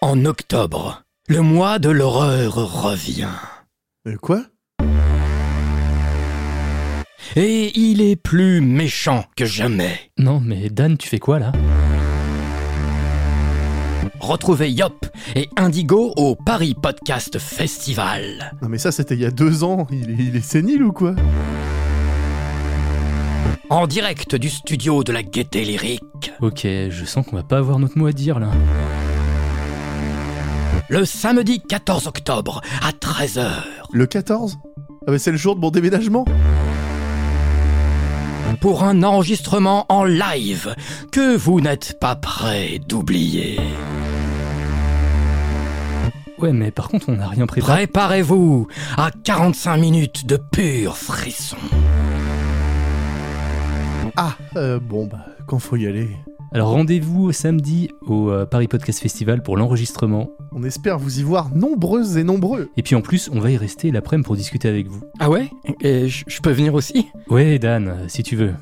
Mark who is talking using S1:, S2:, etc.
S1: En octobre, le mois de l'horreur revient.
S2: Euh, quoi
S1: Et il est plus méchant que jamais.
S3: Non, mais Dan, tu fais quoi là
S1: Retrouvez Yop et Indigo au Paris Podcast Festival.
S2: Non mais ça c'était il y a deux ans, il est, il est sénile ou quoi
S1: En direct du studio de la Gaieté Lyrique.
S3: Ok, je sens qu'on va pas avoir notre mot à dire là.
S1: Le samedi 14 octobre à 13h.
S2: Le 14 Ah mais c'est le jour de mon déménagement
S1: Pour un enregistrement en live que vous n'êtes pas prêt d'oublier.
S3: Ouais, mais par contre, on n'a rien préparé.
S1: Préparez-vous à 45 minutes de pur frisson.
S2: Ah euh, Bon bah, quand faut y aller
S3: Alors rendez-vous samedi au euh, Paris Podcast Festival pour l'enregistrement.
S2: On espère vous y voir nombreuses et nombreux
S3: Et puis en plus, on va y rester l'après-midi pour discuter avec vous.
S1: Ah ouais Et je peux venir aussi
S3: Ouais, Dan, euh, si tu veux.